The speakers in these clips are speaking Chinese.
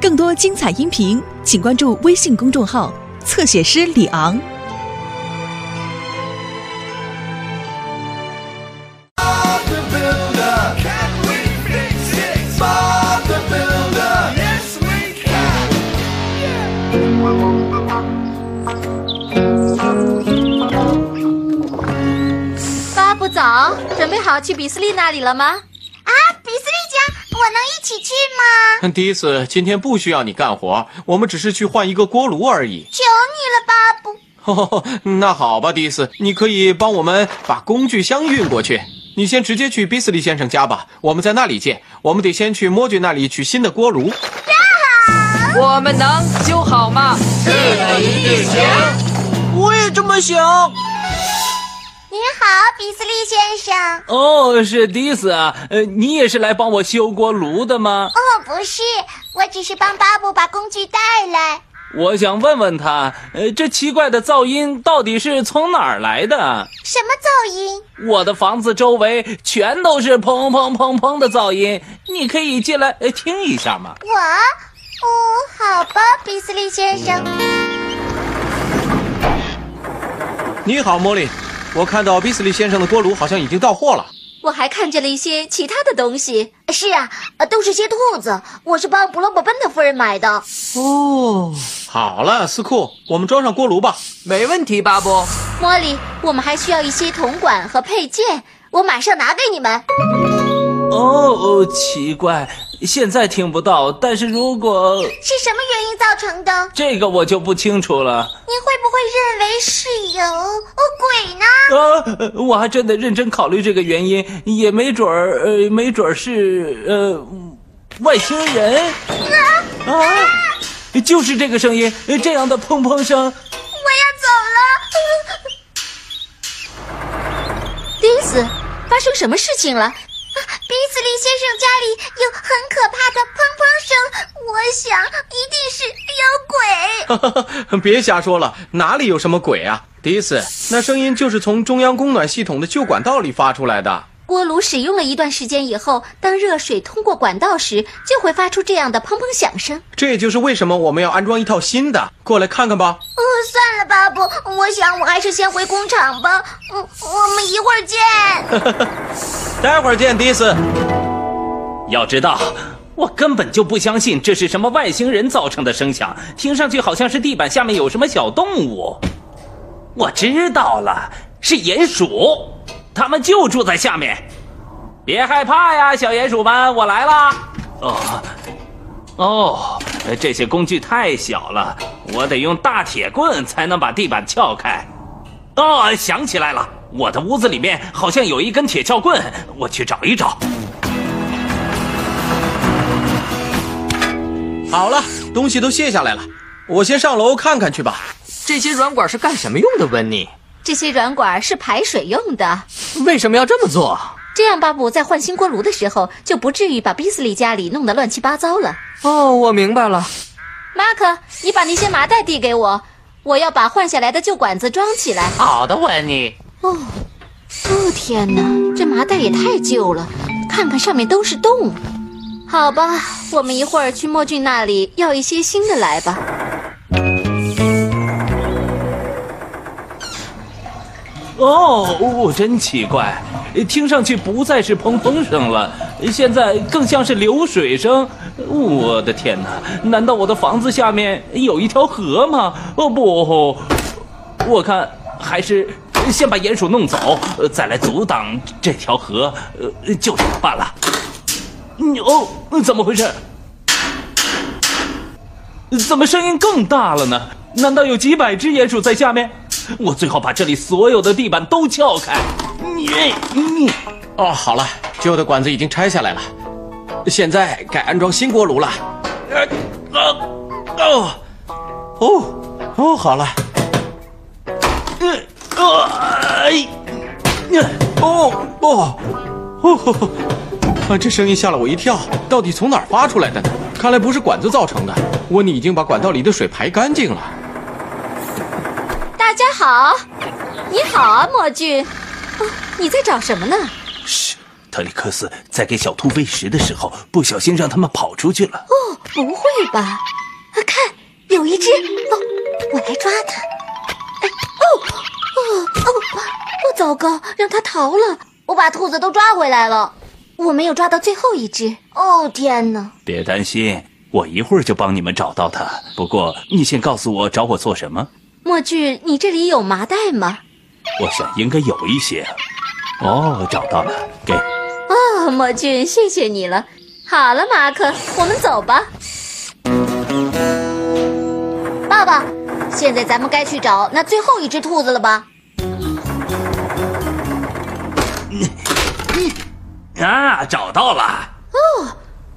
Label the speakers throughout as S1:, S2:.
S1: 更多精彩音频，请关注微信公众号“侧写师李昂”。
S2: the Builder. Can we fix it? Bob the Builder. Yes, we can.
S3: 巴布早，准备好去比斯利那里了吗？
S4: 啊，比斯利家，我能一起去吗？
S5: 第一次，今天不需要你干活，我们只是去换一个锅炉而已。
S4: 求你了，巴布。
S5: 哦，那好吧，迪斯，你可以帮我们把工具箱运过去。你先直接去比斯利先生家吧，我们在那里见。我们得先去摩爵那里取新的锅炉。
S6: 我们能修好吗？
S7: 我也这么想。
S4: 您好，比斯利先生。
S7: 哦，是迪斯啊，呃，你也是来帮我修锅炉的吗？
S4: 哦，不是，我只是帮巴布把工具带来。
S7: 我想问问他，呃，这奇怪的噪音到底是从哪儿来的？
S4: 什么噪音？
S7: 我的房子周围全都是砰砰砰砰的噪音，你可以进来呃听一下吗？
S4: 我？哦，好吧，比斯利先生。
S5: 你好，茉莉，我看到比斯利先生的锅炉好像已经到货了。
S3: 我还看见了一些其他的东西。
S4: 是啊，呃都是些兔子，我是帮布罗伯奔的夫人买的。
S5: 好了，斯库，我们装上锅炉吧。
S6: 没问题，巴布。
S3: 茉莉，我们还需要一些铜管和配件，我马上拿给你们。
S7: 哦哦，奇怪，现在听不到，但是如果
S4: 是什么原因造成的？
S7: 这个我就不清楚了。
S4: 您会不会认为是有哦鬼呢？
S7: 啊，呃我还真得认真考虑这个原因，也没准儿，呃，没准儿是呃外星人啊，就是这个声音，呃这样的砰砰声，
S4: 我要走了。
S3: 迪斯，发生什么事情了？
S4: 啊，比斯利先生家里有很可怕的砰砰声，我想一定是有鬼。
S5: 别瞎说了，哪里有什么鬼啊？迪斯，那声音就是从中央供暖系统的旧管道里发出来的。
S3: 锅炉使用了一段时间以后，当热水通过管道时，就会发出这样的砰砰响声。
S4: 哦
S5: 这也就是为什么我们要安装一套新的。过来看看吧。
S4: 哦，算了，巴布，我想我还是先回工厂吧。嗯，我们一会儿见。
S5: 待会儿见，迪斯。
S7: 要知道。我根本就不相信这是什么外星人造成的声响，听上去好像是地板下面有什么小动物。我知道了，是鼹鼠，它们就住在下面。别害怕呀，小鼹鼠们，我来啦！哦，哦，呃这些工具太小了，我得用大铁棍才能把地板撬开。哦，想起来了，我的屋子里面好像有一根铁撬棍，我去找一找。
S5: 好了，东西都卸下来了，我先上楼看看去吧。
S6: 这些软管是干什么用的？温妮，
S3: 这些软管是排水用的，
S6: 为什么要这么做？
S3: 这样巴布在换新锅炉的时候就不至于把比斯利家里弄得乱七八糟了。
S6: 哦，我明白了。
S3: 马克，你把那些麻袋递给我，我要把换下来的旧管子装起来。
S6: 好的，温妮。
S3: 哦天哪，这麻袋也太旧了，看看上面都是洞。好吧，我们一会儿去莫俊那里要一些新的来吧。
S7: 哦，哦，真奇怪，听上去不再是砰砰声了，现在更像是流水声。哦我的天哪！难道我的房子下面有一条河吗？哦不，我看还是先把鼹鼠弄走，呃再来阻挡这条河，呃，就这么办了。嗯哦，怎么回事？怎么声音更大了呢？难道有几百只鼹鼠在下面？我最好把这里所有的地板都撬开。你你
S5: 哦，好了，旧的管子已经拆下来了，现在该安装新锅炉了。呃，哦，哦，哦，好了，
S7: 呃哎呃
S5: 哦，哦，哦，啊，这声音吓了我一跳，到底从哪儿发出来的呢？看来不是管子造成的，温妮已经把管道里的水排干净了。
S3: 大家好，你好啊，莫俊。哦，你在找什么呢？
S7: 特里克斯在给小兔喂食的时候，不小心让他们跑出去了。
S3: 哦，不会吧？啊，看，有一只哦，我来抓它。哎，哦，哦，哦，哦，糟糕，让它逃了。
S4: 我把兔子都抓回来了。
S3: 我没有抓到最后一只。
S4: 哦天哪！
S7: 别担心，我一会儿就帮你们找到它。不过你先告诉我找我做什么。
S3: 墨剧，你这里有麻袋吗？
S7: 我想应该有一些。哦，找到了，给。
S3: 哦，墨俊，谢谢你了。好了，马克，我们走吧。
S4: 爸爸，现在咱们该去找那最后一只兔子了吧？
S7: 啊，找到了。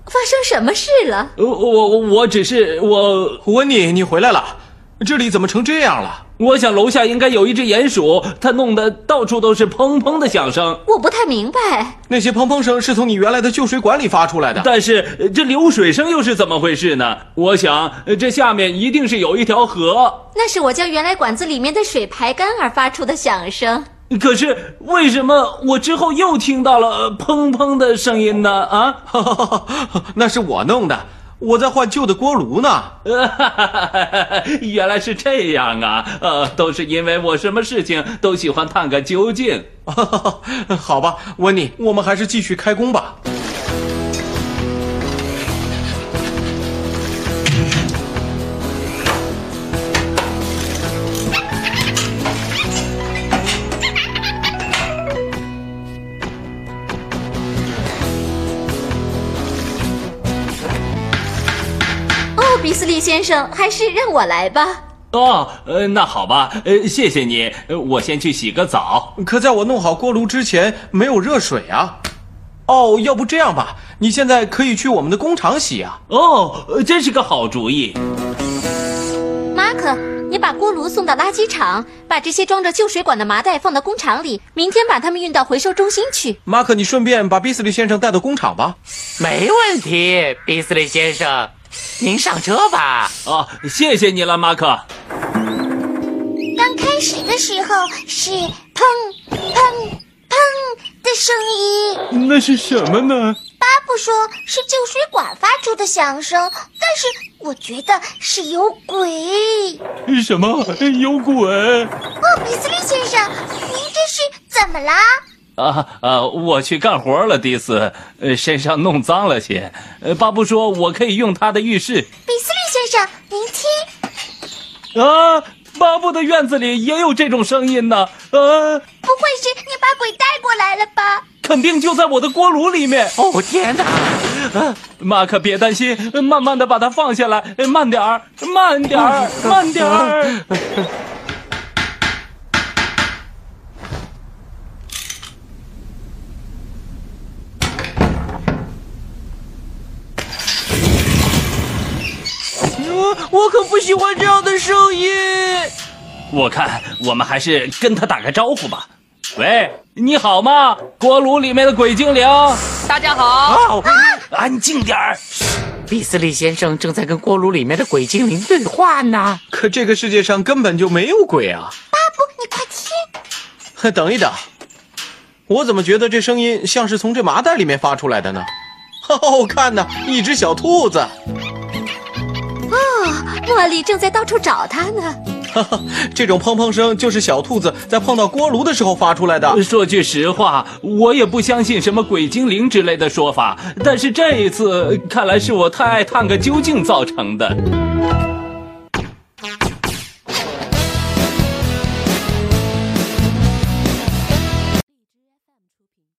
S3: 发生什么事了？
S7: 我我我只呃是我
S5: 温妮，你回来了，这里怎么成这样了？
S7: 我想楼下应该有一只鼹鼠，它弄得到处都是砰砰的响声。
S3: 我不太明白。
S5: 那些砰砰声是从你原来的旧水管里发出来的。
S7: 但是呃这流水声又是怎么回事呢？我想呃这下面一定是有一条河，
S3: 那是我将原来管子里面的水排干而发出的响声。
S7: 可是为什么我之后又听到了呃砰砰的声音呢？啊，
S5: 那是我弄的，我在换旧的锅炉呢。
S7: 原来是这样啊！呃，都是因为我什么事情都喜欢探个究竟。
S5: 好吧，温妮，我们还是继续开工吧。
S3: 哦，比斯利先生，还是让我来吧。
S7: 哦，呃，那好吧，呃，谢谢你，呃我先去洗个澡。
S5: 可在我弄好锅炉之前，没有热水啊。哦，要不这样吧，你现在可以去我们的工厂洗啊。
S7: 哦，呃真是个好主意。
S3: 马克，你把锅炉送到垃圾场，把这些装着旧水管的麻袋放到工厂里，明天把它们运到回收中心去。
S5: 马克，你顺便把比斯利先生带到工厂吧。
S8: 没问题，比斯利先生，您上车吧。
S7: 哦，谢谢你了，马克。
S4: 刚开始的时候是砰砰砰的声音，
S7: 那是什么呢？
S4: 巴布说是旧水管发出的响声，但是我觉得是有鬼。哦，
S7: 什么？有鬼？
S4: 比斯利先生，您这是怎么啦？
S7: 啊啊！我去干活了，迪斯，呃，身上弄脏了些。呃，巴布说我可以用他的浴室。
S4: 比斯利先生，您听，
S7: 啊，巴布的院子里也有这种声音呢。呃、
S4: 不会是你把鬼带过来了吧？
S7: 肯定就在我的锅炉里面。
S8: 哦天哪！
S7: 马克，别担心，慢慢的把它放下来，慢点儿，慢点儿，慢点儿。
S8: 我可不喜欢这样的声音。
S7: 我看我们还是跟他打个招呼吧。喂，你好吗？锅炉里面的鬼精灵，
S6: 大家好，
S8: 哦，
S7: 安静点儿。
S8: 比斯利先生正在跟锅炉里面的鬼精灵对话呢。
S5: 可这个世界上根本就没有鬼啊！
S4: 你快听，
S5: 哼 等一等，我怎么觉得这声音像是从这麻袋里面发出来的呢？ 哦，看呐，一只小兔子，
S4: 啊
S3: 茉莉正在到处找它呢。
S5: 哈哈，这种砰砰声就是小兔子在碰到锅炉的时候发出来的。
S7: 说句实话，我也不相信什么鬼精灵之类的说法，但是这一次看来是我太爱探个究竟造成的。